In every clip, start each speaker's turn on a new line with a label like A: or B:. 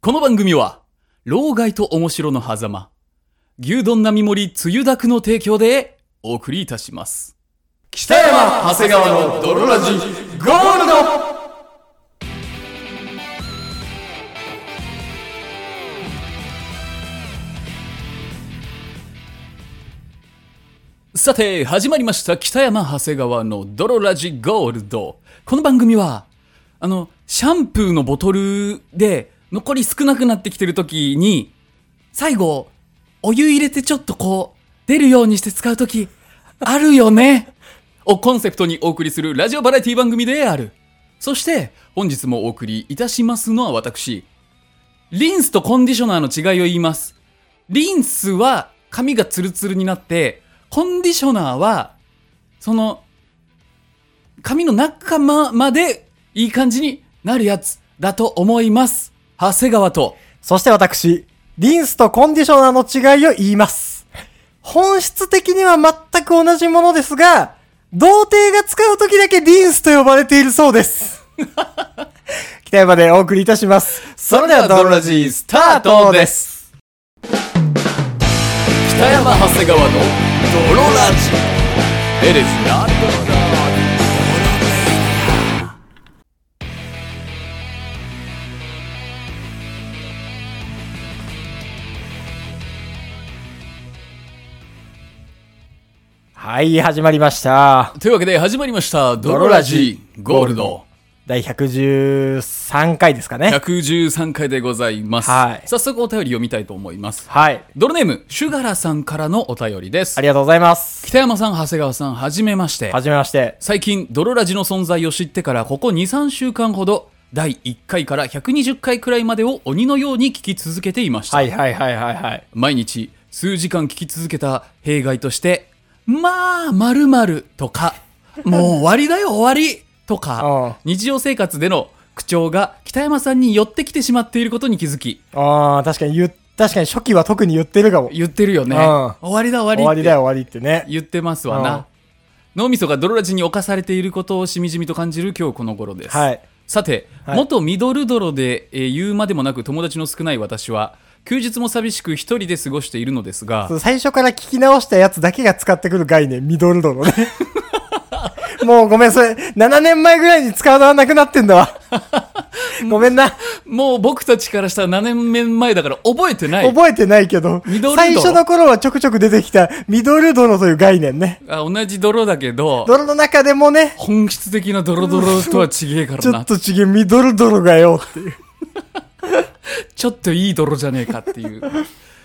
A: この番組は、老害と面白の狭間、牛丼並盛りつゆだくの提供でお送りいたします。北山長谷川の泥ラジ、ゴールドさて、始まりました。北山長谷川の泥ラジゴールド。この番組は、あの、シャンプーのボトルで残り少なくなってきてる時に、最後、お湯入れてちょっとこう、出るようにして使う時、あるよね。 をコンセプトにお送りするラジオバラエティ番組である。そして、本日もお送りいたしますのは私、リンスとコンディショナーの違いを言います。リンスは髪がツルツルになって、コンディショナーは、その、髪の中ままでいい感じになるやつだと思います。長谷川と。
B: そして私、リンスとコンディショナーの違いを言います。本質的には全く同じものですが、童貞が使う時だけリンスと呼ばれているそう です。北山でお送りいたします。それではドロラジースタートです。
A: 北山長谷川の泥ラジ。エレスな
B: はい、始まりました。
A: というわけで始まりました、泥ラジゴールド。
B: 第113回ですかね。
A: 113回でございます。
B: はい
A: 早速お便り読みたいと思います。
B: はい。
A: ドルネーム、シュガラさんからのお便りです
B: あ。りがとうございます。
A: 北山さん、長谷川さん、はじめまして。
B: はじめまして。
A: 最近、泥ラジの存在を知ってから、ここ2、3週間ほど、第1回から120回くらいまでを鬼のように聞き続けていました。
B: はいはいはいはいはい。
A: 毎日、数時間聞き続けた弊害として、まあ、まるまるとか、もう終わりだよ、終わりと
B: うん
A: か、日常生活での口調が北山さんに寄ってきてしまっていることに気づき、
B: あー、確かに言っ、確かに初期は特に言ってるかも。
A: 言ってるよね。
B: うん
A: 終わりだ、終わり
B: 終
A: っ
B: わ
A: て
B: りだよ終わりってね。
A: 言ってますわな、
B: うん
A: 脳みそが泥ラジに侵されていることをしみじみと感じる今日この頃です、
B: はい。
A: さて、
B: はい
A: 元ミドル泥で、えー言うまでもなく友達の少ない私は休日も寂しく一人で過ごしているのですが
B: そう最初から聞き直したやつだけが使ってくる概念、ミドルドのね。 もうごめん、それ、7年前ぐらいに使わなくなってん だわ。ごめんな。
A: もう僕たちからしたら7年前だから覚えてない
B: 覚えてないけど
A: ミドル、ド
B: 最初の頃はちょくちょく出てきた、ミドルドのという概念ね。
A: あ同じ泥だけど
B: 泥の中でもね、
A: 本質的な泥泥とは違えから
B: ちょ
A: な
B: っと違う、ミドルドロがよっていう。
A: ちょっといい泥じゃねえかっていう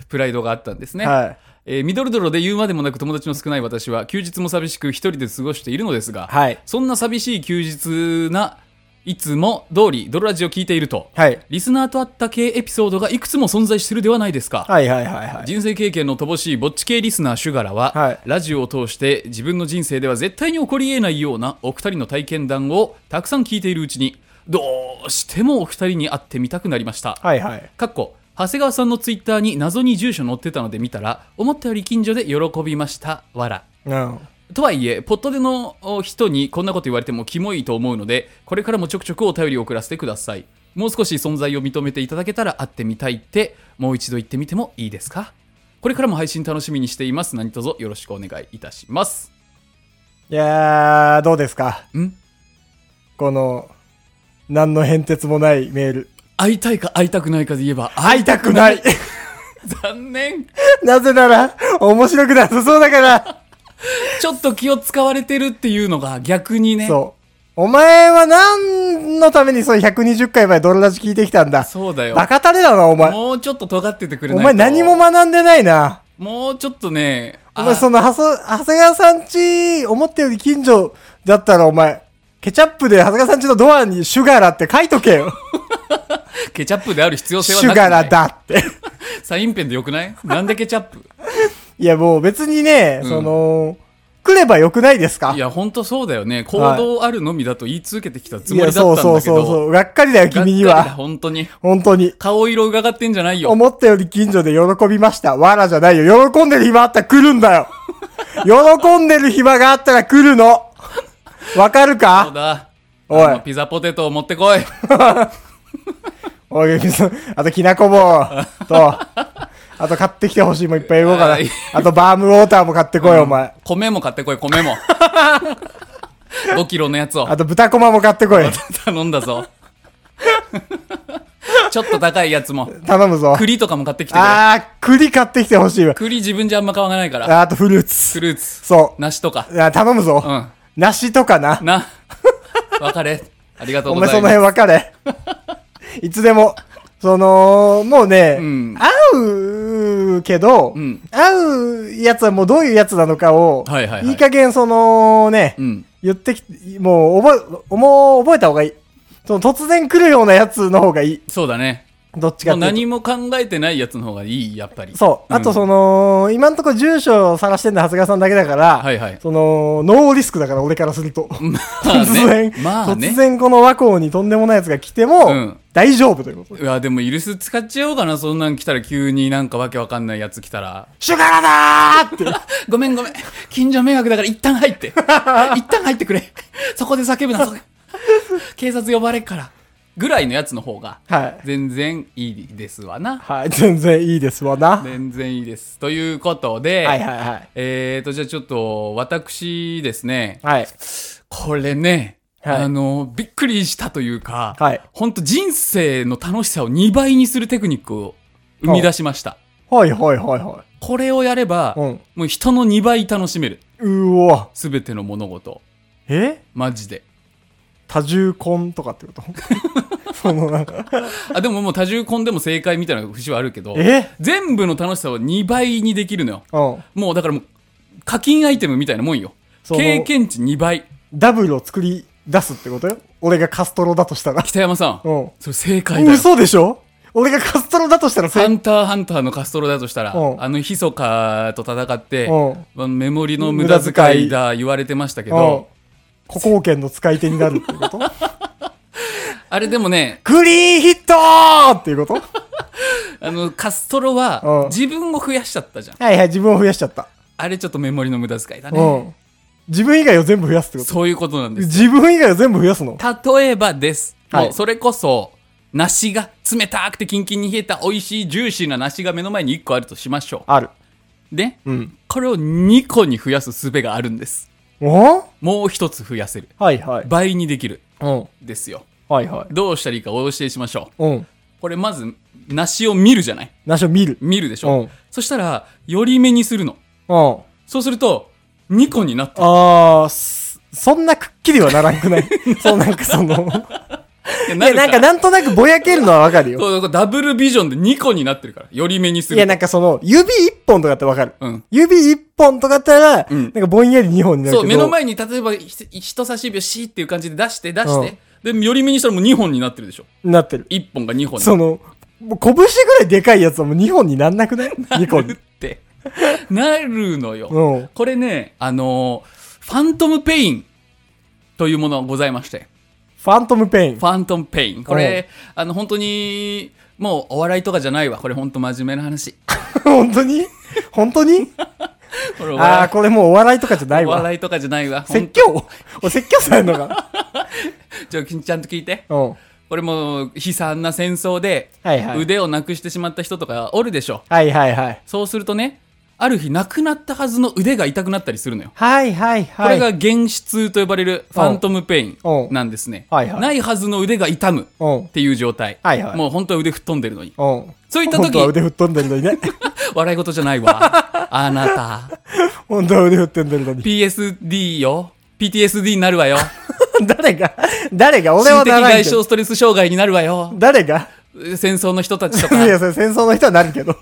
A: プライドがあったんですね、
B: はい。
A: えーミドル泥で言うまでもなく友達の少ない私は休日も寂しく一人で過ごしているのですが、
B: はい。
A: そんな寂しい休日ないつも通りドロラジを聞いていると、
B: はい。
A: リスナーとあった系エピソードがいくつも存在してるではないですか、
B: はいはいはいはい。
A: 人生経験の乏しいぼっち系リスナーシュガラは、
B: はい
A: ラジオを通して自分の人生では絶対に起こりえないようなお二人の体験談をたくさん聞いているうちにどうしてもお二人に会ってみたくなりました
B: はいはい。
A: かっこ長谷川さんのツイッターに謎に住所載ってたので見たら思ったより近所で喜びましたわら
B: うん。
A: とはいえポットでのお人にこんなこと言われてもキモいと思うのでこれからもちょくちょくお便りを送らせてくださいもう少し存在を認めていただけたら会ってみたいってもう一度言ってみてもいいですかこれからも配信楽しみにしています何卒よろしくお願いいたします
B: いやー、どうですか
A: ん
B: この、何の変哲もないメール。
A: 会いたいか会いたくないかで言えばあ
B: 会いたくない
A: 残念
B: なぜなら、面白くなさそうだから。
A: ちょっと気を使われてるっていうのが逆にね
B: そう。お前は何のためにその120回前ドロラジ聞いてきたんだ
A: そうだよ
B: バカタレだな、お前。
A: もうちょっと尖っててくれ
B: お
A: ないと
B: 前何も学んでないな。
A: もうちょっとね
B: お前
A: あ
B: その、はそ、長谷川さんち、思ったより近所だったらお前、ケチャップで長谷川さんちのドアにシュガラって書いとけよ。
A: ケチャップである必要性は
B: シ
A: な
B: ュ
A: くない
B: ガラだって。
A: サインペンでよくないなんでケチャップ
B: いやもう別にね、
A: うん
B: その、来ればよくないですか
A: いや、ほんとそうだよね。行動あるのみだと言い続けてきたつもりだった
B: そ
A: ん
B: う
A: だけ
B: そ
A: ど。
B: うそうそう。がっかりだよ、君に
A: がっかりだ
B: は。
A: 本当に。
B: 本当に。
A: 顔色伺ってんじゃないよ。
B: 思ったより近所で喜びました。わらじゃないよ。喜んでる暇あったら来るんだよ。 喜んでる暇があったら来るの。わかる
A: そう
B: か
A: だ。
B: おい
A: あのピザポテトを持ってこい。
B: おい、水、あと、きなこ棒 と、あと買ってきてほしいもんいっぱい言おうかな
A: あいい。
B: あと、バームウォーターも買ってこい、お前。
A: 米も買ってこい、米 も。5キロのやつを
B: あと、豚こまも買ってこい。
A: 頼んだぞ。 ちょっと高いやつも。
B: 頼むぞ。
A: 栗とかも買ってきてくれ。
B: あー、栗買ってきてほしいわ。
A: 栗自分じゃあんま買わないから。
B: ああと、フルーツ。
A: フルーツ、
B: そ
A: 梨とか。
B: う。いや頼むぞ。
A: うん。
B: 梨とかな。
A: な。別れ。ありがとう
B: お
A: ご
B: 前
A: ざ
B: そ
A: い
B: の
A: ます。
B: 辺分かれ。 いつでも。その、もうね、
A: ん
B: 合うけど、
A: ん
B: 合うやつはもうどういうやつなのかを、
A: はいはいはい
B: い加減そのね、
A: うん。
B: 言ってき、もう覚え、もう覚えた方がいい。その突然来るようなやつの方がいい。
A: そうだね。
B: どっち
A: も
B: か
A: う
B: っていう
A: 何も考えてないやつの方がいい、やっぱり。
B: と。そ
A: う
B: う。
A: ん
B: あとその、今んとこ住所を探してんのは長谷川さんだけだから、
A: はいはい
B: その、ノーリスクだから俺からすると。
A: まあ
B: 突然、
A: ね。まあ
B: 突
A: ね。
B: 然この和光にとんでもないやつが来ても、
A: うん
B: 大丈夫ということで。
A: うわ、でもイルス使っちゃおうかな、そんなん来たら急になんかわけわかんないやつ来たら。
B: シュガーだーって。
A: ごめんごめん。近所迷惑だから一旦入 って。一旦入ってくれ。そこで叫ぶな、そこで警察呼ばれっから。ぐらいのやつの方が、
B: はい。
A: 全然いいですわな。
B: はい、全然いいですわな。
A: 全然いいです。ということで、
B: はいはいはい。
A: えーと、じゃあちょっと、私ですね、
B: はい。
A: これね、
B: はい
A: あの、びっくりしたというか、
B: はい。
A: ほんと人生の楽しさを2倍にするテクニックを生み出しました。
B: はいはいはいは
A: これをやれば、
B: い。うん。
A: もう人の2倍楽しめる。
B: うおわ。
A: すべての物事。
B: え
A: マジで。
B: 多重婚とかってことそのなんか。
A: あ、でももう多重婚でも正解みたいな節はあるけど、
B: え
A: 全部の楽しさを2倍にできるのよ。
B: うん。
A: もうだからもう、課金アイテムみたいなもんよ。
B: その
A: 経験値2倍。
B: ダブルを作り出すってことよ。俺がカストロだとしたら。
A: 北山さん、
B: うん。
A: それ正解だよ。
B: 嘘でしょ俺がカストロだとしたら
A: ハ
B: せ
A: ンターハンターのカストロだとしたら、
B: うん
A: あのヒソカと戦って、
B: うん
A: あのメモリの無駄遣いだ言われてましたけ
B: うん
A: ど、。
B: 歩行圏の使い手になるってこと
A: あれでもね、
B: クリーンヒットーっていうこと
A: あのカストロ
B: うん
A: は自分を増やしちゃったじゃん。
B: はいはい、自分を増やしちゃった。
A: あれちょっとメモリの無駄遣いだ
B: う
A: ね。
B: ん。自分以外を全部増やすってこと
A: そういうことなんです。
B: 自分以外を全部増やすの
A: 例えばです。
B: はい
A: もうそれこそ、梨が冷たくてキンキンに冷えた美味しいジューシーな梨が目の前に1個あるとしましょ
B: ある。
A: う。ね。
B: うん。
A: これを2個に増やす術があるんです。
B: お
A: もう1つ増やせる。
B: はいはい。
A: 倍にできる。
B: うん。
A: ですよ。
B: はいはい。
A: どうしたらいいかお教えしましょう。
B: うん。
A: これまず、梨を見るじゃない
B: 梨を見る。
A: 見るでし
B: う
A: ょ
B: ん
A: そしたら、より目にするの。
B: うん。
A: そうすると、2個にな って、
B: あー、すそんなくっきりはならんくない そうなんかその、
A: いや
B: い
A: な
B: や
A: るか
B: なんからなんとなくぼやけるのはわかるよ。
A: そうそうダブルビジョンで2個になってるから。より目にす
B: い
A: る。
B: やなんかその、指一本とかってわかる。
A: うん。
B: 指一本とかだったら、
A: うん
B: なんかぼんやり二本になるけ
A: そ
B: ど。
A: う、目の前に例えばひ人差し指をシーっていう感じで出して、出して、で、より目にしたらもう2本になってるでしょ。
B: なってる。
A: 1本が2本に
B: その、もう拳ぐらいでかいやつはもう二本になんな くない二個
A: な
B: に
A: る。って。 なるのよ。
B: うん。
A: これね、あのーファントムペインというものがございまして。
B: ファントムペイン
A: フ。ァントムペイン。これ、あの、本当に、もうお笑いとかじゃないわ。これ本当真面目な 話。
B: 本当に本 当に
A: これお
B: あ
A: 笑
B: あ、これもうお笑いとかじゃない
A: いお
B: わ。
A: 笑いとかじゃないわ。ほん
B: 説教 お説教されるの か
A: ちょちゃんと聞いて。
B: うん。は
A: これもう悲惨な戦争で、
B: いはい。
A: 腕をなくしてしまった人とかおるでしょ。
B: はいはいはい。
A: そうするとね、ある日亡くなったはずの腕が痛くなったりするのよ。
B: はいはいはい。
A: これが原始痛と呼ばれるファントムペイン
B: うん
A: なんですね。
B: はいはい
A: ないはずの腕が痛むっ
B: うん。
A: ていう状態。
B: はいはい
A: もう本当は腕吹っ飛んでるのに。
B: うん。
A: そういった
B: 本
A: 時
B: 当、は腕振っ飛んでるのにね。
A: 笑い事じゃないわ。あなた。
B: 本当は腕振ってんでるのに。
A: PSD よ。PTSD になるわよ。
B: 誰が誰が俺
A: 心
B: は
A: 的
B: ならん
A: 外
B: け
A: 傷
B: ど。
A: ストレス障害になるわよ。
B: 誰が
A: 戦争の人たちと
B: い
A: か。
B: や、それ戦争の人はな るけど。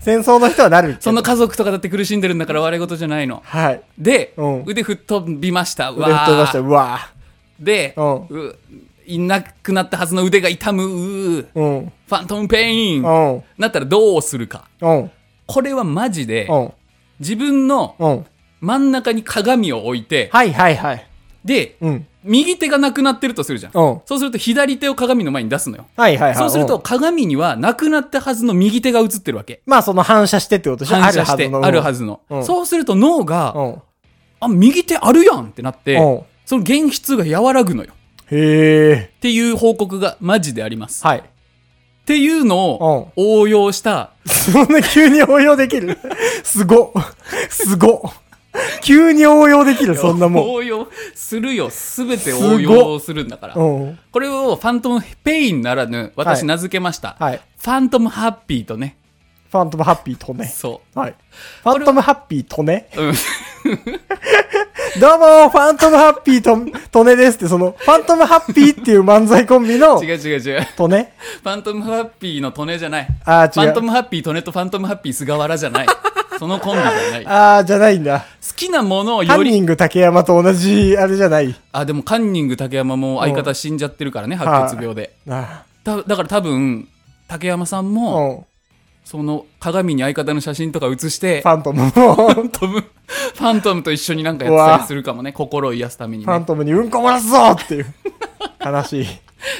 B: 戦争の人はなるけど。
A: その家族とかだって苦しんでるんだから笑い事じゃないの。
B: はい。
A: で、
B: うん
A: 腕吹っ飛びました。
B: 腕振っ飛びました。
A: わー
B: うわ
A: で、
B: う
A: ういなくなったはずの腕が痛む。うーフ
B: うん。うん。
A: ァントムペイン。
B: うん。
A: なったらどうするか。
B: うん。
A: これはマジで
B: う、ん。
A: 自分の
B: うん。
A: 真ん中に鏡を置いて、
B: はいはいはい。
A: で、
B: うん。
A: 右手がなくなってるとするじゃん。
B: うん。
A: そうすると左手を鏡の前に出すのよ。
B: はいはいはい。
A: そうすると
B: ん、
A: 鏡にはなくなったはずの右手が映ってるわけ。
B: まあその反射してってことでしょ
A: 反射して、あるは
B: ず
A: ずの
B: う。ん
A: そうすると脳
B: の。
A: が、
B: うん。
A: あ、右手あるやんってなって
B: うん、
A: その原皮痛が和らぐのよ。
B: へえ。
A: っていう報告がマジであります。
B: はい。
A: っていうのを応用した、
B: そんな急に応用できるすご。すご。急に応用できる、そんなもん。
A: 応用するよ。すべて応用するんだから。
B: うん。
A: これをファントムペインならぬ、
B: は
A: 私
B: い
A: 名付けました。
B: はい。
A: ファントムハッピーとね。
B: ファントムハッピーとね。
A: そ
B: はい。ファントムハッピーとね。
A: う。うん。
B: どうも、ファントムハッピーと、とねですって、その、ファントムハッピーっていう漫才コンビ の
A: 違う、違う違う。
B: とね。
A: ファントムハッピーのトネじゃない。
B: あー違う
A: ファントムハッピートネとファントムハッピー菅原じゃ ない。そのコンビじゃない。好
B: あー、じゃないんだ。
A: きなものを
B: ハ
A: よ
B: ンニ
A: り、
B: ング竹山と同じ、あれじゃない。
A: あ、でもカンニング竹山も相方死んじゃってるからね、白血病で。
B: あ
A: ただから多分、竹山さん
B: ー
A: も、
B: うん。フ
A: その鏡に相方の写真とか写して、フ
B: ァントムも、
A: ァントム、ファントムと一緒になんかやってたりするかもね、心を癒すために
B: ファン
A: ね。
B: トムにうんこ漏らすぞっていう。悲しい。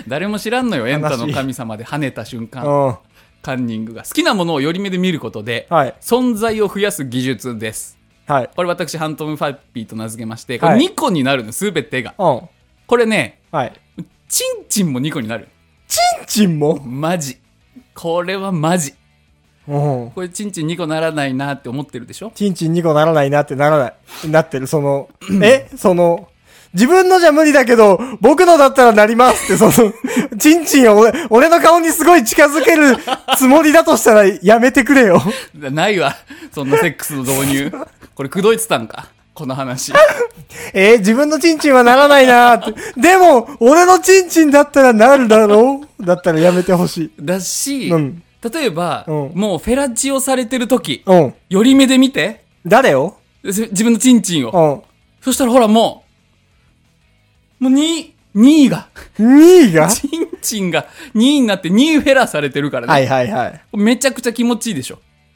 A: 誰も知らんのよ、エンタの神様で跳ねた瞬
B: う
A: 間、
B: ん。
A: カンニングが。好きなものをより目で見ることで、
B: はい。
A: 存在を増やす技術です。
B: はい。
A: これ私、ハントムファッピーと名付けまして、これ
B: はい
A: 2個になるの、すべてが。
B: うん。
A: これね、
B: はい。
A: チンチンも2個になる。
B: チンチンも
A: マジ。これはマジ。
B: うん。
A: これ、チンチン2個ならないなって思ってるでしょ
B: チンチン2個ならないなってならない。なってる、その、えその、自分のじゃ無理だけど、僕のだったらなりますって、その、チンチンを俺、俺の顔にすごい近づけるつもりだとしたらやめてくれよ。
A: ないわ。そんなセックスの導 入。これ、口説いてたんか。この話。
B: えー自分のチンチンはならないなーって。でも、俺のチンチンだったらなるだろうだったらやめてほしい。
A: だし、
B: うん
A: 例えば、
B: うん
A: もうフェラチオされてる時、
B: うん。
A: より目で見て、
B: 誰を
A: せ自分のチンチンを。
B: うん。
A: そしたらほらもう、もう2、2位が、
B: 2位が
A: チンチンが2位になって2位フェラされてるからね。
B: はいはいはい。
A: めちゃくちゃ気持ちいいでしょ。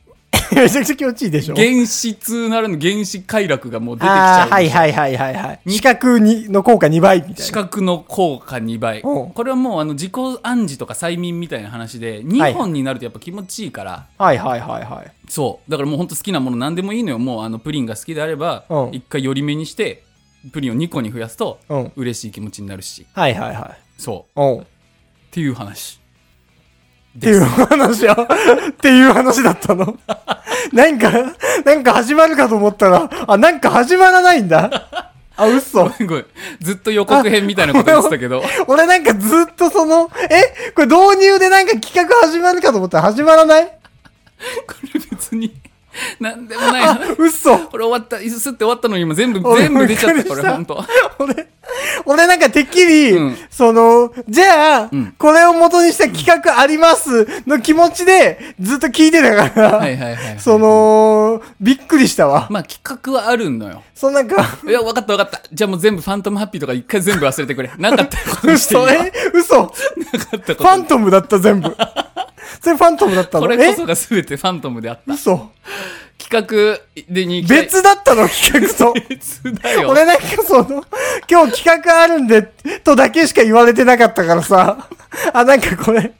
B: めちゃくちゃ気持ちいいでしょ
A: 原始痛ならぬ原始快楽がもう出てきちゃ
B: あ
A: う。
B: あ、はいはいはいはいはい。視覚にの効果2倍みたい
A: 視
B: な。
A: 覚の効果2倍。
B: うん
A: これはもうあの自己暗示とか催眠みたいな話で、
B: は
A: 2
B: い
A: 本になるとやっぱ気持ちいいから、
B: はいはいはいはい。
A: そう。だからもうほんと好きなもの何でもいいのよ。もうあのプリンが好きであれば、
B: うん
A: 一回寄り目にして、プリンを2個に増やすと、
B: うん
A: 嬉しい気持ちになるし。
B: はいはいはい。
A: そう。
B: うん。っ
A: っていう話。
B: ていう話 は、っていう話だったの。なんか、なんか始まるかと思ったら、あ、なんか始まらないんだ。あ、嘘。
A: すごい。ずっと予告編みたいなこと言ってたけど。
B: 俺なんかずっとその、えこれ導入でなんか企画始まるかと思ったら始まらない
A: これ別に、なんでもない話。
B: 嘘。
A: これ終わった、椅子すって終わったのに今全部、
B: 俺
A: 全部出ちゃった、
B: びっく
A: こ
B: りし
A: れ
B: た
A: 本当。
B: 俺、俺なんかてっきり、
A: うん
B: その、じゃあ、
A: ん
B: これを元にした企画ありますの気持ちでずっと聞いてたから、
A: はいはいはい。
B: その、びっくりしたわ。
A: まあ企画はあるのよ。
B: そのなんか、
A: いや、わかったわかった。じゃあもう全部ファントムハッピーとか一回全部忘れてくれ。なかったことにしていい
B: 嘘、
A: わ。
B: え嘘。フ
A: なかったこと
B: ァントムだった全部。それファントムだった
A: こ
B: の
A: れこ
B: え
A: そが全てファントムであった。
B: 嘘。
A: 企画でに
B: 別だったの企 画と。
A: 別だよ。
B: 俺なんかその、今日企画あるんで、とだけしか言われてなかったからさ。あ、なんかこれ、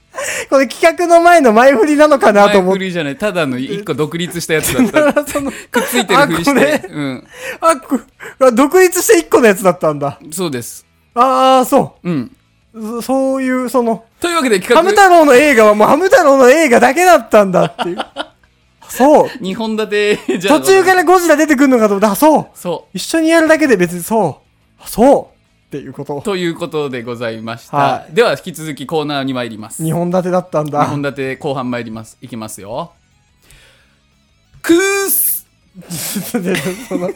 B: これ企画の前の前振りなのかなと
A: 前
B: 思っ
A: 振
B: て。
A: りじゃない。ただの一個独立したやつだ った。くっ
B: その
A: ついてるふりし
B: あ
A: て。
B: こ
A: うん。
B: あ、こあ独立して一個のやつだったんだ。
A: そうです。
B: ああ、そ
A: うん。
B: う。そそういう、その、
A: というわけで
B: ハ
A: 企
B: ム
A: 画、
B: 太郎の映画はもうハム太郎の映画だけだったんだって いう。そう。
A: 2本立て じゃ。
B: 途中かららゴジラ出てくるのかと思った。あ、そう。
A: そ
B: 一緒にやるだけで別にそう。あそう。っていうこと
A: う。。ということでございました。
B: は
A: では引き続きコーナーに参ります。
B: 二本立てだったん
A: 2
B: だ
A: 本。立て後半参ります。いきますよ。クース
B: でその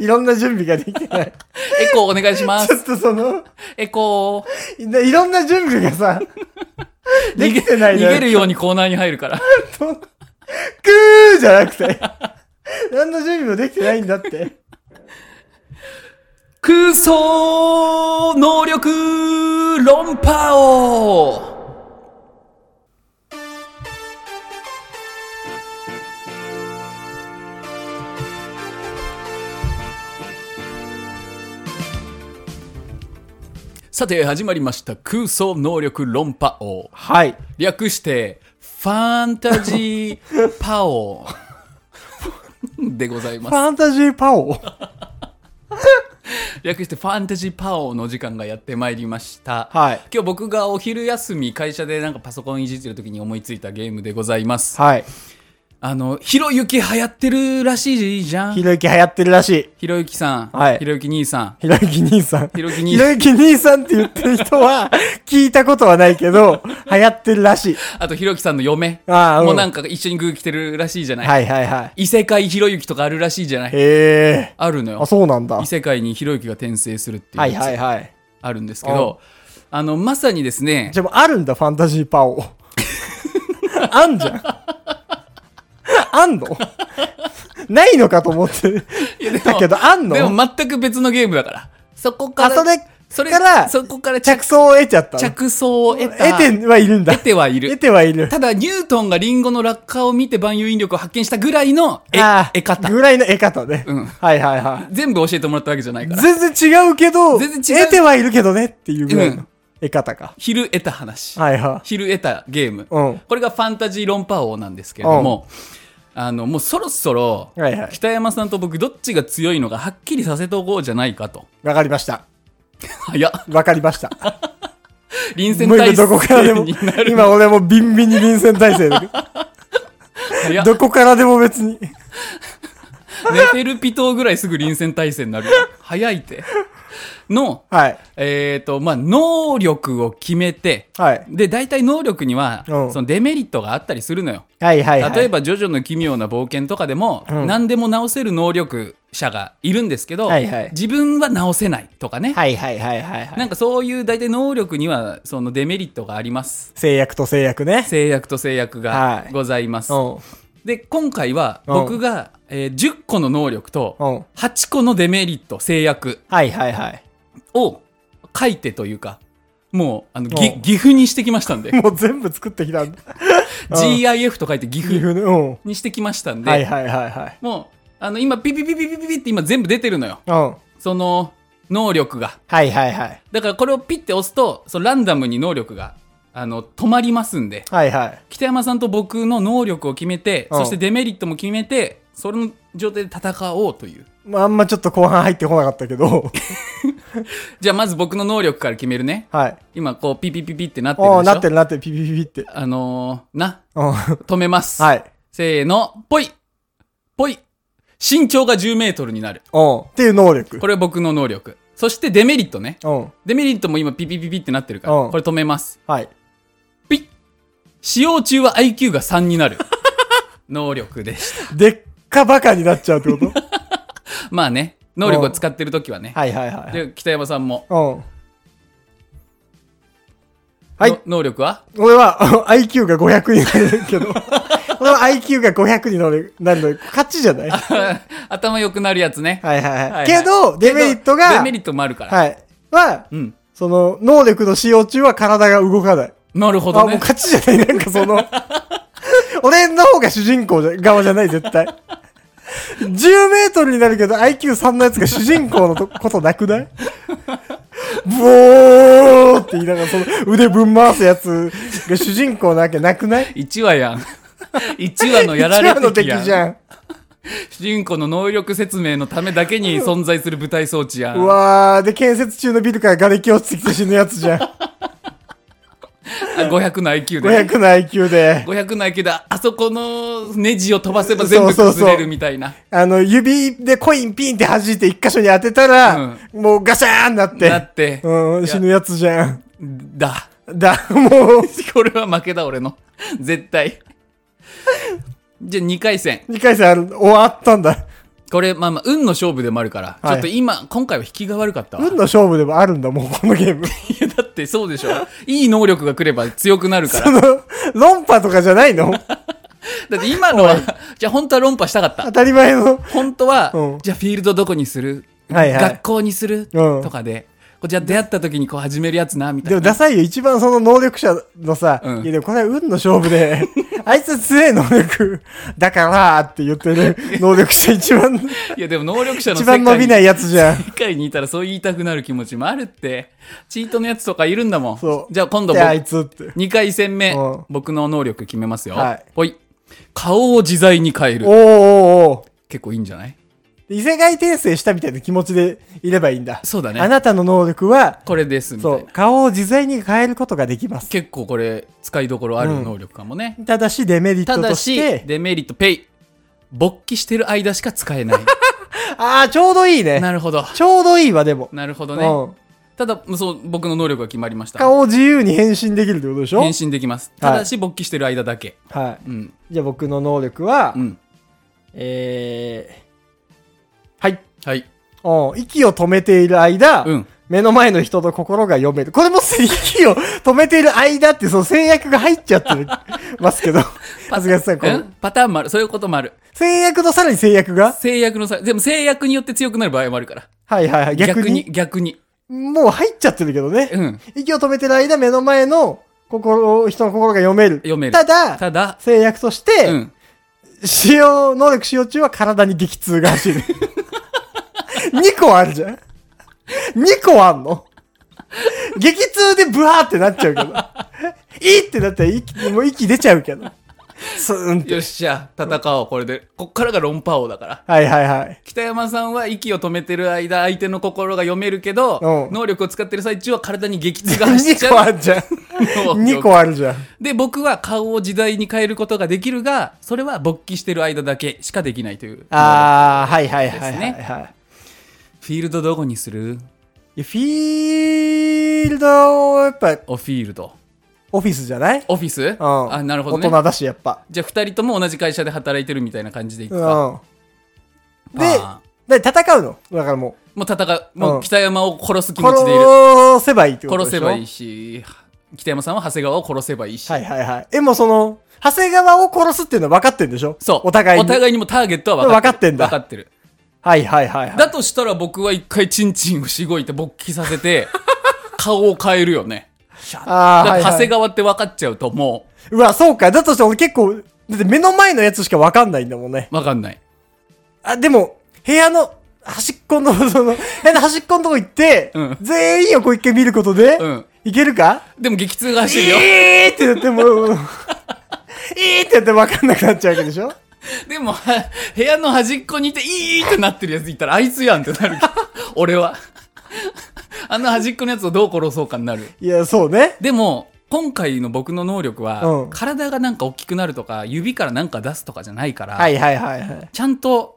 B: いろんな準備がで きない。
A: エコーお願いしま
B: ち
A: す。
B: ょっとその、
A: エコー。
B: いいろんな準備がさ、できてない
A: 逃
B: のよ
A: げ逃げるようにコーナーに入るから。
B: クーじゃなくて、 何の準備もできてないんだって。
A: 空想能力論破王さて始まりました空想能力論破王
B: はい。
A: 略してファンタジーパオでございます
B: ファンタジーパオ。
A: 略してファンタジーパオの時間がやってまいりました。
B: はい。
A: 今日僕がお昼休み会社でなんかパソコンいじってる時に思いついたゲームでございます。
B: はい。
A: あの、ひろゆき流行ってるらしいじゃ
B: ひ
A: ん。
B: ろゆき流行ってるらしい。
A: ひろゆきさん、
B: はい
A: ひろゆき兄さん、
B: ひろゆき兄さん。
A: ひろゆき
B: ひ
A: 兄
B: ろゆき兄さんって言ってる人 は、聞いたことはないけど、流行ってるらしい。
A: あとひろゆきさんの嫁
B: ああ、
A: もうなん
B: か。
A: か一緒にグー来てるらしいじゃない。
B: はいはいはい。
A: 異世界ひろゆきとかあるらしいじゃない。
B: へえ。
A: あるのよ
B: あ、。そうなんだ
A: 異。世界にひろゆきが転生するって
B: はいいう
A: や
B: はい
A: つ
B: はい。
A: あるんですけど、あの、まさにですね、
B: でもあるんだ、ファンタジーパオ。 あんじゃん。あんのないのかと思ってる。
A: いやで
B: だけど、あんの
A: でも全く別のゲームだから。そこか
B: あ、そ
A: ら、
B: れ
A: それ
B: から
A: そこから着
B: 着想を得ちゃったの。
A: 着想を得た。
B: 得てはいるんだ。
A: 得てはいる
B: 得。てはいる。
A: ただ、ニュートンがリンゴの落下を見て万有引力を発見したぐらいの絵
B: あー
A: 絵方。
B: ぐらいの得方ね。
A: うん
B: はいはいはい。
A: 全部教えてもらったわけじゃないから。
B: 全然違うけど、
A: 全然違う
B: 得てはいるけどねっていうぐらいうの
A: ん
B: 得方か。
A: 昼得た話。
B: はいは
A: 昼得たゲーム。
B: うん
A: これがファンタジー論破王なんですけれども、あの、もうそろそろ、
B: い。はいはい。
A: 北山さんと僕どっちが強いのかはっきりさせておこうじゃないかと。
B: わかりました。
A: 早っ。
B: わかりました。
A: 臨戦
B: もう今
A: 態
B: どこからで
A: 勢
B: も
A: にな、る。
B: 今俺もビンビンに臨戦態 勢で。
A: 早っ
B: どこからでも別に。
A: ネフェルピトーぐらいすぐ臨戦態勢に なる。早いって。の、
B: はい。
A: えっ、と、まあ、能力を決めて、
B: はい。
A: で、大体能力には、
B: うん
A: そのデメリットがあったりするのよ。
B: はいはいはい。
A: 例えば、ジョジョの奇妙な冒険とかでも、
B: うん
A: 何でも直せる能力者がいるんですけど、
B: はいはい
A: 自分は直せないとかね。
B: はいはいはいはいは。
A: ないんかそういう大体能力には、そのデメリットがあります。
B: 制約と制約ね。
A: 制約と制約が
B: はい
A: ございます。
B: うん。
A: で、今回は、
B: うん
A: 僕が、えー10個の能力と、
B: うん。
A: 8個のデメリット、制約
B: はいは いはい。
A: を書いてというか、もう、あの、ぎ
B: うん
A: 岐阜にしてきましたんで、
B: もう全部作ってきたんだ。
A: GIF と書いて岐
B: 岐
A: 阜
B: 阜ねうん。
A: にしてきましたんで、
B: はいはいはいはい。
A: もう、あの、今、ピピピピピピピって今全部出てるのよ。
B: うん。は
A: その、能力が。
B: いはいはい。
A: だからこれをピッて押すと、そのランダムに能力が、あの、止まりますんで、
B: はいはい。
A: 北山さんと僕の能力を決めて、
B: うん
A: そしてデメリットも決めて、それの状態で戦おうという。
B: まあ、あんまちょっと後半入ってこなかったけ ど。
A: じゃあまず僕の能力から決めるね。
B: はい。
A: 今こうピピピピってなってるでし
B: お
A: ょ
B: ー、なってるなってる、ピピピピって。
A: あのー、な、
B: うん。は
A: 止めます。
B: い。
A: せーの、ぽいぽい身長が10メートルになる。
B: うん。っていう能力。
A: これ僕の能力。そしてデメリットね。
B: うん。
A: デメリットも今ピピピピってなってるから、
B: うん
A: これ止めます。
B: はい。
A: ピッ使用中は IQ が3になる。 能力でし
B: でっかバカになっちゃうってこと
A: た。まあね、能力を使ってる時はね。
B: はいはいはい。
A: で、北山さんも。
B: うん。はい
A: の。能力は
B: 俺は あの IQ が500になるけ ど、俺は IQ が500になるなるの勝ちじゃないはい
A: 頭良くなるやつね。
B: はい
A: は
B: はいい。
A: はい
B: けど、デメリット
A: けど
B: が、
A: デメリットもあるから。
B: はい。は、
A: うん。
B: その、能力の使用中は体が動かない。
A: なるほ
B: あ、
A: ど
B: もう
A: ね。
B: 勝ちじゃないなんかその、 俺の方が主人公じゃ側じゃない、絶対。10メートルになるけど IQ3 のやつが主人公のとことなくないブオーって言いながらその腕ぶん回すやつが主人公なわけなくない
A: 1話 やん。1話のやられ
B: 一番の
A: てき
B: 敵
A: やん
B: じ。ゃん。
A: 主人公の能力説明のためだけに存在する舞台装置やん
B: うわー、で、建設中のビルから瓦礫落ちてきて死ぬやつじゃん。
A: あ500の IQ で
B: 500の IQ で、
A: 500の IQ であそこのネジを飛ばせば全部
B: そうそうそう
A: 崩れるみたいな
B: あの、指でコインピンって弾いて一箇所に当てたら、もうガシャーンなって、
A: だって
B: うん、死ぬやつじゃん。
A: だ
B: だ、もう、
A: これは負けだ俺の絶対じゃあ2回戦
B: 2回戦ある、終わったんだ。
A: これまあまあ運の勝負でもあるから、
B: はい
A: ちょっと今今回は引きが悪かったわ
B: 運の勝負でもあるんだ、もうこのゲーム。
A: いやだってそうでしょいい能力が来れば強くなるか
B: そ
A: ら
B: の、論破とかじゃないの
A: だって今のはじゃあ本当は論破したかった
B: 当たり前の。
A: 本当は、
B: うん
A: じゃあフィールドどこにする、
B: はいはい
A: 学校にする、
B: うん
A: とかで、こうじゃあ出会った時にこう始めるやつな、みたい
B: で
A: な。
B: もダサいよ、一番その能力者のさ、
A: うん
B: いやでもこれは運の勝負 で、あいつ強い能力、だからって言ってる 能力者一番、
A: いやでも能力者の
B: 一
A: 世界
B: 番伸びないいやつじゃん。
A: 世界にいたらそう言いたくなる気持ちもあるって。チートのやつとかいるんだもん。
B: そう
A: じゃあ今度
B: で、あい
A: 僕、
B: つって。
A: 2回戦目、
B: うん
A: 僕の能力決めますよ。
B: はい
A: ほい。顔を自在に変え
B: おー
A: る。
B: おーおー
A: 結構いいんじゃない
B: で異世界転生したみたいな気持ちでいればいいんだ。
A: そうだね
B: あなたの能力は、
A: これですみたい
B: そ
A: な
B: う、顔を自在に変えることができます。
A: 結構これ使いどころある能力かもね、
B: ただし、デメリッ
A: た
B: ト
A: だ
B: とし、
A: してデメリットペイ勃起してる間しか使え ない
B: ああ、ちょうどいいね。
A: なるほど
B: ちょうどいいわ、でも。
A: なるほどね、
B: うん
A: ただそう僕の能力が決まりました
B: 顔を自由に変身できるってことでしょ
A: 変身できますただし勃起してる間だけ、
B: は
A: うん
B: い。じゃあ僕の能力は、
A: うん
B: えー、はい。
A: はい
B: うん息を止めている間、
A: うん
B: 目の前の人と心が読める。これもす息を止めている間ってその制約が入っちゃってるま すけど。恥ずかしさ、こ
A: うん
B: う。
A: パターンもあるそういうこともある
B: 制約とさらに制約が
A: 制約のさでも制約によって強くなる場合もあるから
B: はいはいはい。逆に。
A: 逆に
B: もう入っちゃってるけどね。
A: うん
B: 息を止めてる間、目の前の心、人の心が読める。
A: 読める
B: ただ、
A: ただ
B: 制約として、
A: うん
B: 使用、能力使用中は体に激痛が走る。2個あるじゃん。2個あんの。激痛でブワーってなっちゃうけど。いいってなったら息、もう息出ちゃうけど。スーンって。
A: よっしゃ戦おうこれでこっからが論破王だから
B: はいはいはい。
A: 北山さんは息を止めてる間相手の心が読めるけど、
B: うん
A: 能力を使ってる最中は体に激痛が走っち
B: 2個
A: ゃ
B: あ
A: う
B: るじゃん。2
A: 2
B: 個あるじゃん。
A: で僕は顔を自在に変えることができるがそれは勃起してる間だけしかできないという
B: あー、はいはいはいはい、
A: で
B: はい
A: フィールドどこにする
B: いやフィールド、やっぱ、
A: おフィールド
B: オフィスじゃない
A: オフィス、
B: うん。
A: あなるほど
B: 大
A: ね
B: 人だし、やっぱ。
A: じゃあ2人とも同じ会社で働いてるみたいな感じでいく
B: う
A: か、
B: ん。で
A: パ、
B: で戦うのだからもう。
A: もう戦うもう北山を殺す気持ちでいる、
B: 殺せばいいってこと
A: 殺
B: でしょ
A: せばいいし北山さんは長谷川を殺せばいいし、
B: はいはいはい。え、もうその、長谷川を殺すっていうのは分かってんでしょ
A: そう
B: お互い
A: お
B: に。
A: 互いにもターゲットは分かってる
B: 分かってんだ
A: 分かってる
B: はいはいはいはい。
A: だとしたら僕は一回チンチンをしごいて勃起させて顔を変えるよね
B: あ
A: だ
B: あ、
A: か
B: は
A: ら
B: い
A: 長
B: は
A: 谷
B: い。
A: 川って分かっちゃうとも
B: うわ、そうか。だとして俺結構、だって目の前のやつしか分かんないんだもんね。
A: う分かんない
B: あ、でも、部屋の端っこの、その、部屋の端っこのとこ行って、
A: うん
B: 全員をこう一回見ることで、
A: うん
B: いけるか
A: でも激痛が走るよ
B: えーってやってもう、えーってやって分かんなくなっちゃうわけでしょ
A: でもは部屋の端っこにいていいってなってるやついたらあいつやんってなるけど 俺はあの端っこのやつをどう殺そうかになる
B: いや、そうね。
A: でも今回の僕の能力は、
B: うん
A: 体がなんか大きくなるとか指からなんか出すとかじゃないから、
B: はいはいはいはい。
A: ちゃんと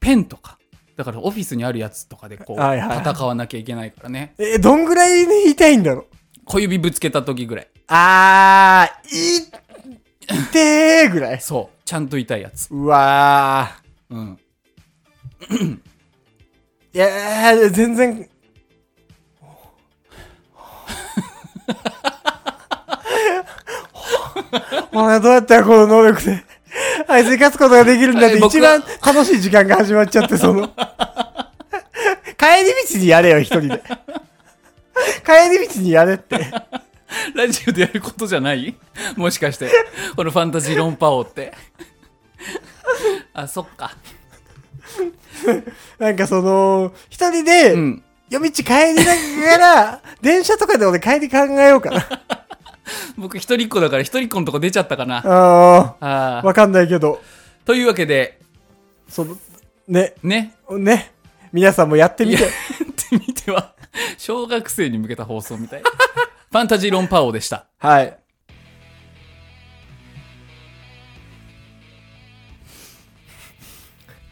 A: ペンとかだからオフィスにあるやつとかでこう
B: はいはい
A: 戦わなきゃいけないからね
B: え、どんぐらいで痛いんだろう
A: 小指ぶつけた時ぐらい
B: あー、いってーぐらい。
A: そうちゃんと痛いやつ
B: うわ
A: うん
B: ー。いやー、全然。俺どうやったらこの能力で、あいつに勝つことができるんだっ
A: え
B: て
A: 僕
B: 一
A: は
B: 番楽しい時間が始まっちゃって、その。帰り道にやれよ、一人で。帰り道にやれって。
A: ラジオでやることじゃないもしかしてこのファンタジー論破王ってあそっか
B: なんかその、一人で、
A: うん
B: 夜道帰りながら、電車とかで俺帰り考えようかな。
A: 僕一人っ子だから一人っ子のとこ出ちゃったかな
B: あ
A: あ
B: あ、
A: ー
B: わかんないけど、
A: というわけで
B: その、ね、
A: ね
B: ね、皆さんもやってみ。
A: やっててみては小学生に向けた放送みたいファンタジー論破王でした
B: はい。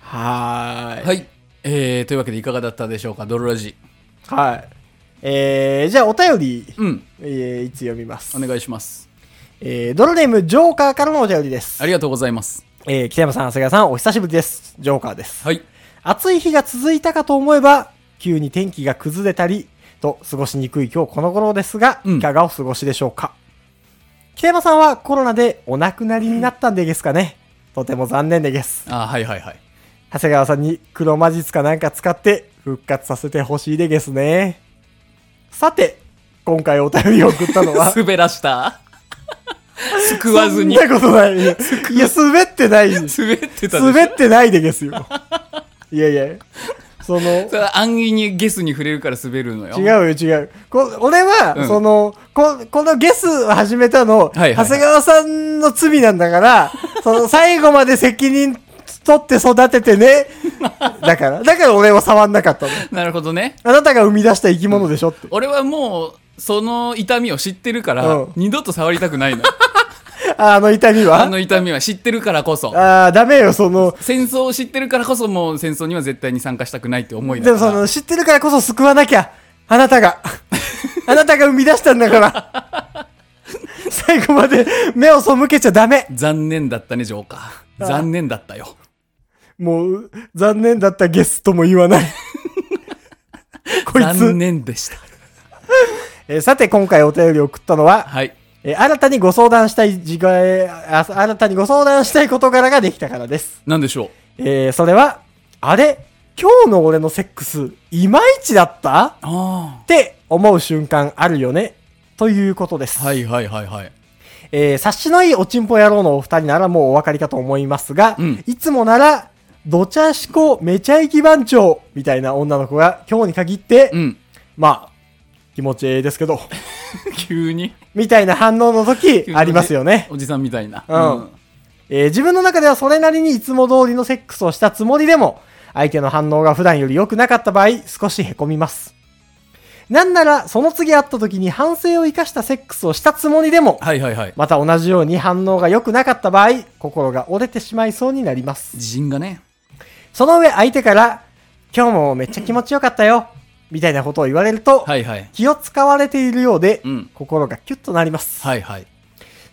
B: はーい。
A: はい、えー、というわけでいかがだったでしょうかドロラジ
B: はい。えー、じゃあお便り、
A: うん
B: えー、いつ読みます
A: お。願いします
B: えー、ドロネームジョーカーからのお便りです
A: あ。りがとうございます
B: えー、北山さん、長谷川さん、お久しぶりです。ジョーカーです。
A: はい
B: 暑い日が続いたかと思えば、急に天気が崩れたり、と過ごしにくい今日この頃ですが、
A: うん
B: いかがお過ごしでしょうか。北山さんはコロナでお亡くなりになったんでげすかね。とても残念でげす。
A: あーはいはいはい
B: 長谷川さんに黒魔術かなんか使って復活させてほしいでげすね。さて、今回お便りを送ったの は、
A: 滑らした救わずに
B: そんなことない。いや、滑ってない。
A: 滑ってたでし
B: 滑ってないでげすよ。いやいや、その、
A: ょ安易にゲスに触れるから滑るのよ
B: 違うよ違うこ俺は、
A: うん
B: そのここのゲスを始めたの、
A: はいはい
B: 長谷川 さんの罪なんだからその最後まで責任取って育ててねだから、だから俺は触んなかったの。
A: なるほどね。
B: あなたが生み出した生き物でしょって。
A: 俺はもう、その痛みを知ってるから、
B: うん
A: 二度と触りたくない の。
B: ああの痛みは
A: あの痛みは知ってるからこそ。
B: ああ、ダメよ、その、
A: 戦争を知ってるからこそもう戦争には絶対に参加したくないって思い
B: で
A: だ
B: も
A: か
B: そ
A: ら。
B: の、知ってるからこそ救わなきゃ。あな たが。あなたが生み出したんだから。最後まで目を背けちゃダメ。
A: 残念だったね、ジョーカー。残念だったよ。
B: もう、残念だったゲスとも言 わない。こい
A: 残
B: つ、
A: 念でした。
B: えーさて、今回お便りを送ったのは、
A: はい。
B: えー新たにご相談したい時間、えーあ新たにご相談したい事柄ができたからです。
A: なんでしょう。
B: えーそれは、あれ今日の俺のセックス、いまいちだった
A: あ
B: って思う瞬間あるよねということです。
A: あ。はいはいはいはい。
B: えー察しのいいおちんぽ野郎のお二人ならもうお分かりかと思いますが、
A: うん
B: いつもなら、どちゃしこめちゃいき番長みたいな女の子が今日に限って、
A: うん。
B: まあ、気持ちええですけど、
A: 急に。
B: みたいな反応の時
A: 急に
B: ありますよね。
A: おじさんみたいな。
B: うんえー自分の中ではそれなりにいつも通りのセックスをしたつもりでも、相手の反応が普段より良くなかった場合、少し凹みます。なんなら、その次会った時に反省を生かしたセックスをしたつもりでも、
A: はいはいはい。
B: また同じように反応が良くなかった場合、心が折れてしまいそうになります。
A: 自信がね。
B: その上相手から、今日もめっちゃ気持ちよかったよ、みたいなことを言われると、
A: はいはい。
B: 気を使われているようで、
A: うん
B: 心がキュッとなります。
A: はいはい。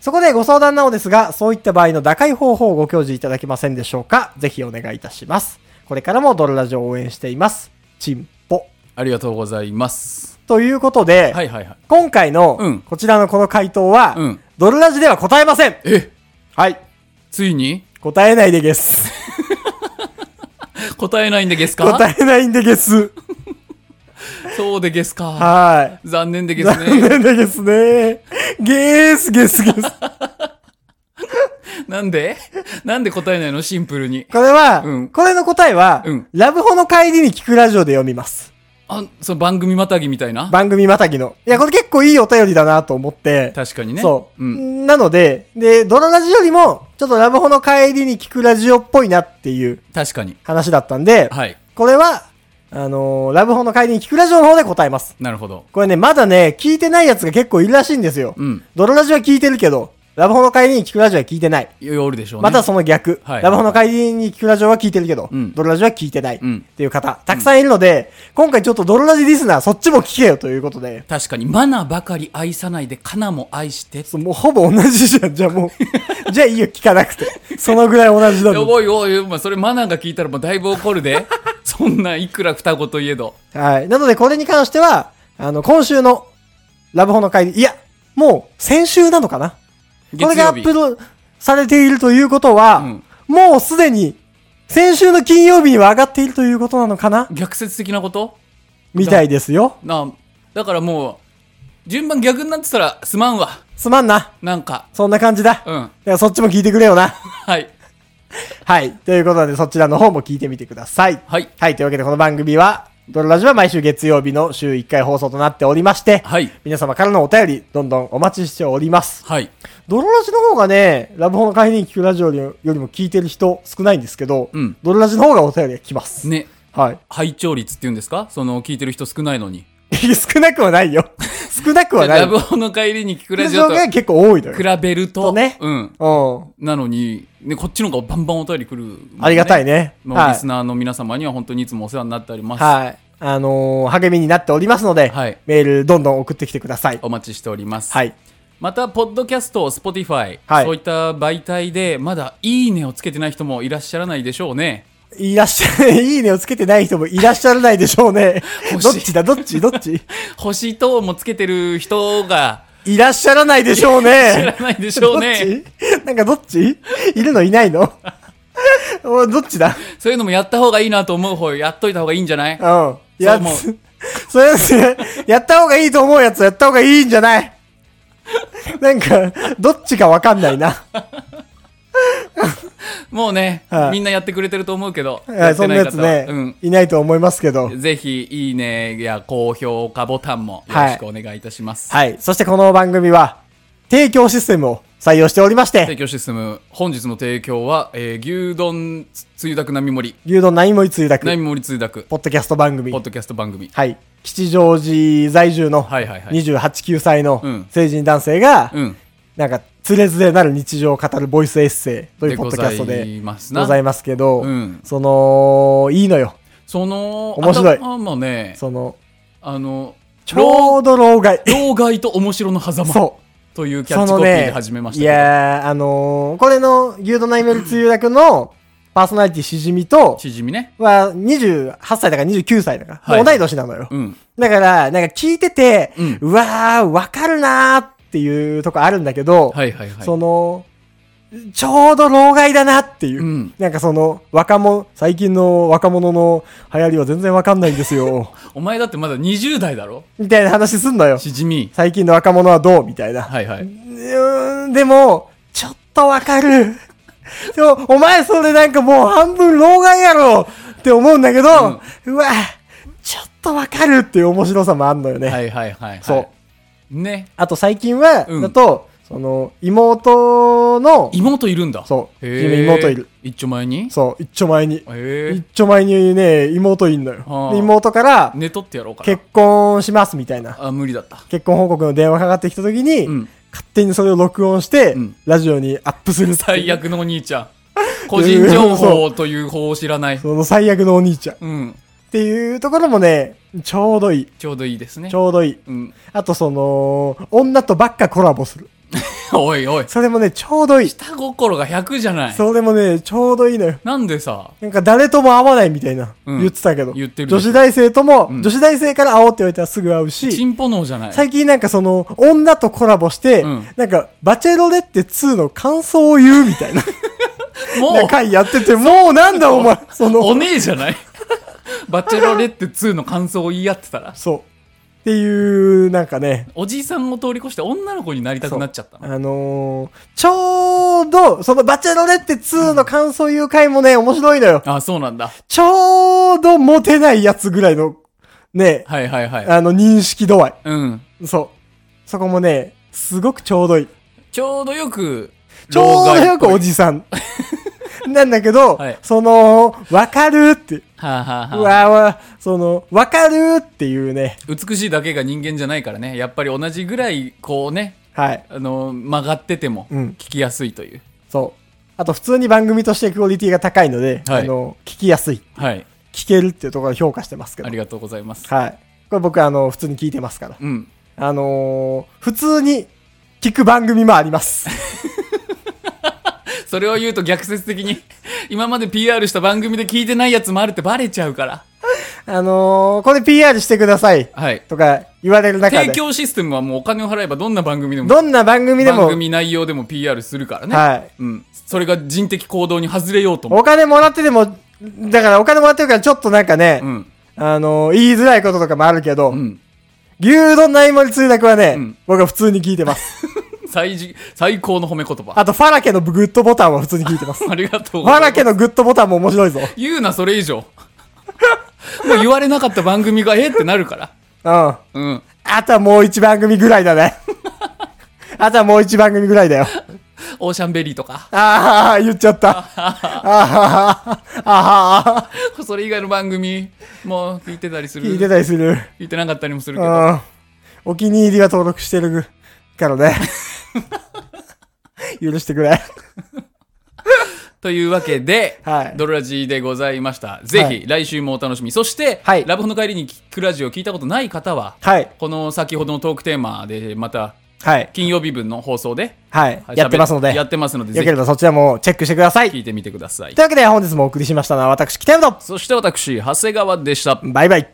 B: そこでご相談なのですが、そういった場合の打開方法をご教示いただけませんでしょうかぜひお願いいたします。これからもドルラジオを応援しています。チンポ。
A: ありがとうございます。
B: ということで、
A: はいはいはい。
B: 今回
A: う
B: の
A: ん
B: こちらのこの回答は、
A: うん
B: ドルラジでは答えません。
A: え、
B: はい。
A: ついに
B: 答えないでゲス。
A: 答えないんでゲスか
B: 答えないんでゲス。
A: そうでゲスか。
B: は
A: 残念で
B: い。
A: ゲス
B: 残
A: ね。
B: 念でゲスね。ゲース ゲスゲス。
A: なんでなんで答えないのシンプルに。
B: これは、
A: うん
B: これの答えは、
A: うん
B: ラブホの帰りに聞くラジオで読みます。
A: あ、その番組またぎみたいな
B: 番組またぎの。いや、これ結構いいお便りだなと思って。
A: 確かにね。
B: そう、
A: うん。
B: なので、で、ドララジよりも、ちょっとラブホの帰りに聞くラジオっぽいなっていう
A: 確かに。
B: 話だったんで、
A: はい。
B: これは、あのーラブホの帰りに聞くラジオの方で答えます。
A: なるほど。
B: これね、まだね、聞いてないやつが結構いるらしいんですよ。
A: うん。
B: ドララジは聞いてるけど、ラブホの帰りに聞くラジオは聞いてない。
A: 夜でしょうね。
B: またその逆。
A: はい
B: ラブホの帰りに聞くラジオは聞いてるけど、
A: うん
B: ドロラジは聞いてない。っ
A: うん
B: ていう方、たくさんいるので、今回ちょっとドロラジリスナー、そっちも聞けよということで、
A: 確かに、マナばかり愛さないで、カナも愛して。
B: そうもうほぼ同じじゃん。じゃあも う、じゃあいいよ、聞かなくて。そのぐらい同じだ
A: や
B: と。
A: ばいおいおい、まあ、それマナが聞いたらもうだいぶ怒るで。 そんないくら双子といえど。
B: はい。なので、これに関しては、あの、今週のラブホの帰り、いや、もう先週なのかなこれ
A: 月
B: がア
A: 曜
B: ッ
A: 日
B: プ。ロされているということは、
A: うん
B: もうすでに、先週の金曜日には上がっているということなのかな
A: 逆説的なこと
B: みたいですよ。
A: なあ、だからもう、順番逆になってたらすまんわ。
B: すまんな。
A: なんか。
B: そんな感じだ。
A: うん。
B: いや、そっちも聞いてくれよな。
A: はい。
B: はい。ということで、そちらの方も聞いてみてください。
A: はい。
B: はい。というわけで、この番組は、ドロラジは毎週月曜日の週1回放送となっておりまして、
A: はい。
B: 皆様からのお便り、どんどんお待ちしております。
A: はい。
B: ドロラジの方がね、ラブホの会に聞くラジオよりも聞いてる人少ないんですけど、
A: うん
B: ドロラジの方がお便りが来ます。
A: ね。
B: はい。
A: 拝聴率っていうんですかその、聞いてる人少ないのに。
B: 少なくはな いよ。少なくはない。
A: ラブホの帰りに聞くラジ
B: ラ
A: オ
B: ブ
A: と
B: ホが結構多いのよ。
A: 比べる
B: と
A: と。
B: ね
A: うん。
B: う
A: なのに、ね、こっちの方がバンバンお便り来る、
B: ん。ありがたい。ね。
A: もうリスナーの皆様には本当にいつもお世話になっております。
B: はい。あのー励みになっておりますので、
A: はい
B: メールどんどん送ってきてください。
A: お待ちしております。
B: はい。
A: また、ポッドキャスト、Spotify、
B: はい
A: そういった媒体で、まだいいねをつけてない人もいらっしゃらないでしょうね。
B: いらっしゃ、 いいねをつけてない人もいらっしゃらないでしょうね。
A: 欲しい
B: どっちだ、どっち、どっち
A: 星等もつけてる人が
B: いらっしゃらないでしょうね。
A: 知らないでしょうね。
B: どっちなんかどっちいるのいないの おどっちだ
A: そういうのもやった方がいいなと思う方、やっといた方がいいんじゃない
B: うん。や
A: そう思
B: つ、 そうやつ、やった方がいいと思うやつはやった方がいいんじ ゃないなんか、どっちかわかんないな。
A: もうね、
B: はい
A: みんなやってくれてると思うけど、
B: は
A: や
B: い、
A: っ
B: そ
A: て
B: ん
A: な
B: ないや
A: 方
B: つ
A: は
B: ね、いないと思いますけど
A: う。ん。ぜひ、いいねや高評価ボタンもよろしくお願いいたします。
B: はい。そしてこの番組は、提供システムを採用しておりまして、
A: 提供システム、本日の提供は、えー牛丼つゆだく並盛り、
B: 牛丼並盛りつゆだく、
A: 並盛りつゆだく、
B: ポッドキャスト番組
A: ポッ、ドキャスト番組。
B: はい、吉祥寺在住の
A: はいはいはい
B: 28、9歳の
A: うん
B: 成人男性が、
A: うん。
B: なんか、つれづれなる日常を語るボイスエッセイとい
A: で
B: うポ
A: ご
B: ッドキ
A: ざ
B: ャストで
A: います
B: ござ
A: な。
B: いますけど、
A: うん
B: その、いいのよ。
A: その、
B: 面白い
A: 頭もね、
B: その、
A: あの、
B: ちょうど老害。
A: 老害と面白の狭間
B: そう。
A: というキャッ
B: そ
A: チコ
B: の
A: ピーで
B: ね
A: 始めまし、たけ
B: い
A: ど、
B: やー、あのー、これの牛丼ナイメルつゆだくのパーソナリティしじみと、
A: しじみね。
B: は28歳だから29歳だから、
A: はい
B: もう同い年なのよ。
A: うん。
B: だから、なんか聞いてて、
A: う
B: うんわー、わかるなーっていうとこあるんだけど、
A: はいはいはい。
B: その、ちょうど老害だなっていう。
A: うん
B: なんかその、若者、最近の若者の流行りは全然わかんないんですよ。
A: お前だってまだ20代だろ
B: みたいな話すんのよ。
A: しじみ。
B: 最近の若者はどうみたいな。。
A: はいはいう
B: ーん、でも、ちょっとわかる。でも、お前それなんかもう半分老害やろって思うんだけど、うわ、ちょっとわかるっていう面白さもあんのよね。
A: はいはいはい、はい。
B: そう。
A: ね。
B: あと最近は、
A: うん
B: だと、その、妹の、
A: 妹いるんだ。
B: そう
A: へ
B: 自
A: え。
B: 分妹いる。
A: 一丁前に
B: そう、一丁前に。
A: へえ
B: 一。丁前にね、妹いんの
A: は
B: よ。
A: あ
B: で妹から、
A: 寝とってやろうかな。
B: 結婚しますみたいな。
A: あ、無理だった。
B: 結婚報告の電話かかってきた時に、
A: うん
B: 勝手にそれを録音して、
A: うん
B: ラジオにアップするっていう
A: 最悪のお兄ち ゃん。個人情報という方を知らない。
B: その最悪のお兄ちゃん。っ
A: うん。
B: ていうところもね、ちょうどいい。
A: ちょうどいいですね
B: ち。ょうどいい。
A: うん。
B: あとその、女とばっかコラボする。
A: おいおい。
B: それもね、ちょうどいい。
A: 下心が100じゃない。
B: それもね、ちょうどいいのよ。
A: なんでさ、
B: なんか誰とも会わないみたいな、
A: うん
B: 言ってたけど。
A: 言ってるでしょ
B: 女子大生とも、
A: うん
B: 女子大生から会おうって言われたらすぐ会うし、
A: チンポ脳じゃない。
B: 最近なんかその、女とコラボして、
A: うん
B: なんか、バチェロレッテ2の感想を言うみ たいな、
A: もう、
B: 回やってて、もうなんだお前、その、
A: おねえじゃない バチェロレッテ2の感想を言い合ってたら、
B: そう。っていう、なんかね、
A: おじいさんを通り越して女の子になりたくなっちゃったの。
B: あのー、ちょうど、そのバチェロレッテ2の感想言う回もね、面白いのよ。
A: あ、そうなんだ。
B: ちょうどモテないやつぐらいの、ね、
A: はいはいはい。
B: あの、認識度合
A: うん。
B: い。そう。そこもね、すごくちょうどいい。
A: ちょうどよく、
B: ちょうどよくお
A: じ、
B: じ さん。なんだけど、
A: はい
B: その、わかるって、
A: はあ、はあ
B: う
A: はあ、
B: わーわー、その、わかるっていうね、
A: 美しいだけが人間じゃないからね。やっぱり同じぐらい、こうね、
B: はい、
A: あの、曲がってても、
B: うん
A: 聞きやすいという。
B: そう。あと、普通に番組としてクオリティが高いので、
A: はい
B: あの、聞きやすい。
A: はい。
B: 聞けるっていうところを評価してますけど
A: あり。がとうございます。
B: はい。これ僕、あの、普通に聞いてますから。
A: うん。
B: あのー普通に聞く番組もあ ります。
A: それを言うと逆説的に、 今まで PR した番組で聞いてないやつもあるってバレちゃうから。
B: あのーこれ PR してください。
A: はい。
B: とか言われる中
A: 提
B: で、
A: 供システムはもうお金を払えばどんな番組でも、
B: どんな番組で
A: 番
B: も、
A: 組内容でも PR するからね。
B: はい。
A: うん。それが人的行動に外れようとも。
B: お金もらってても、だからお金もらってるからちょっとなんかね、
A: うん。
B: あのー言いづらいこととかもあるけど、
A: うん。
B: 牛丼内盛り通訳はね、
A: うん
B: 僕は普通に聞いてます。
A: 最じ最高の褒め言葉。
B: あと、ファラケのグッドボタンは普通に聞いてます。
A: ありがとう
B: フ
A: ござ
B: ァ
A: いま
B: ラ
A: す。
B: ケのグッドボタンも面白いぞ。
A: 言うな、それ以上。 もう言われなかった番組がえってなるから。
B: うん。
A: うん。
B: あとはもう一番組ぐらいだね。あとはもう一番組ぐらいだよ。
A: オーシャンベリーとか。
B: ああ、言っちゃった。ああ、ああ、
A: それ以外の番組も聞いてたりする。
B: 聞いてたりする。
A: 聞いてなかったりもする
B: う
A: けど。
B: ん。お気に入りは登録してるからね。許してくれ。
A: というわけで、
B: はい
A: ドロラジーでございました。ぜひ、
B: はい
A: 来週もお楽しみ。そして、
B: はい
A: ラブホの帰りに聞くラジオを聞いたことない方は、
B: はい。
A: この先ほどのトークテーマで、また、
B: はい。
A: 金曜日分の放送で、
B: はい。やってますので。
A: や
B: よ
A: ってますので、
B: け
A: ぜ
B: ればそちらもチェックしてください。と
A: ひ聞いてみてください
B: いう。わけで本日もお送りしましたのは私、北山と。
A: そして私、長谷川でした。
B: バイバイ。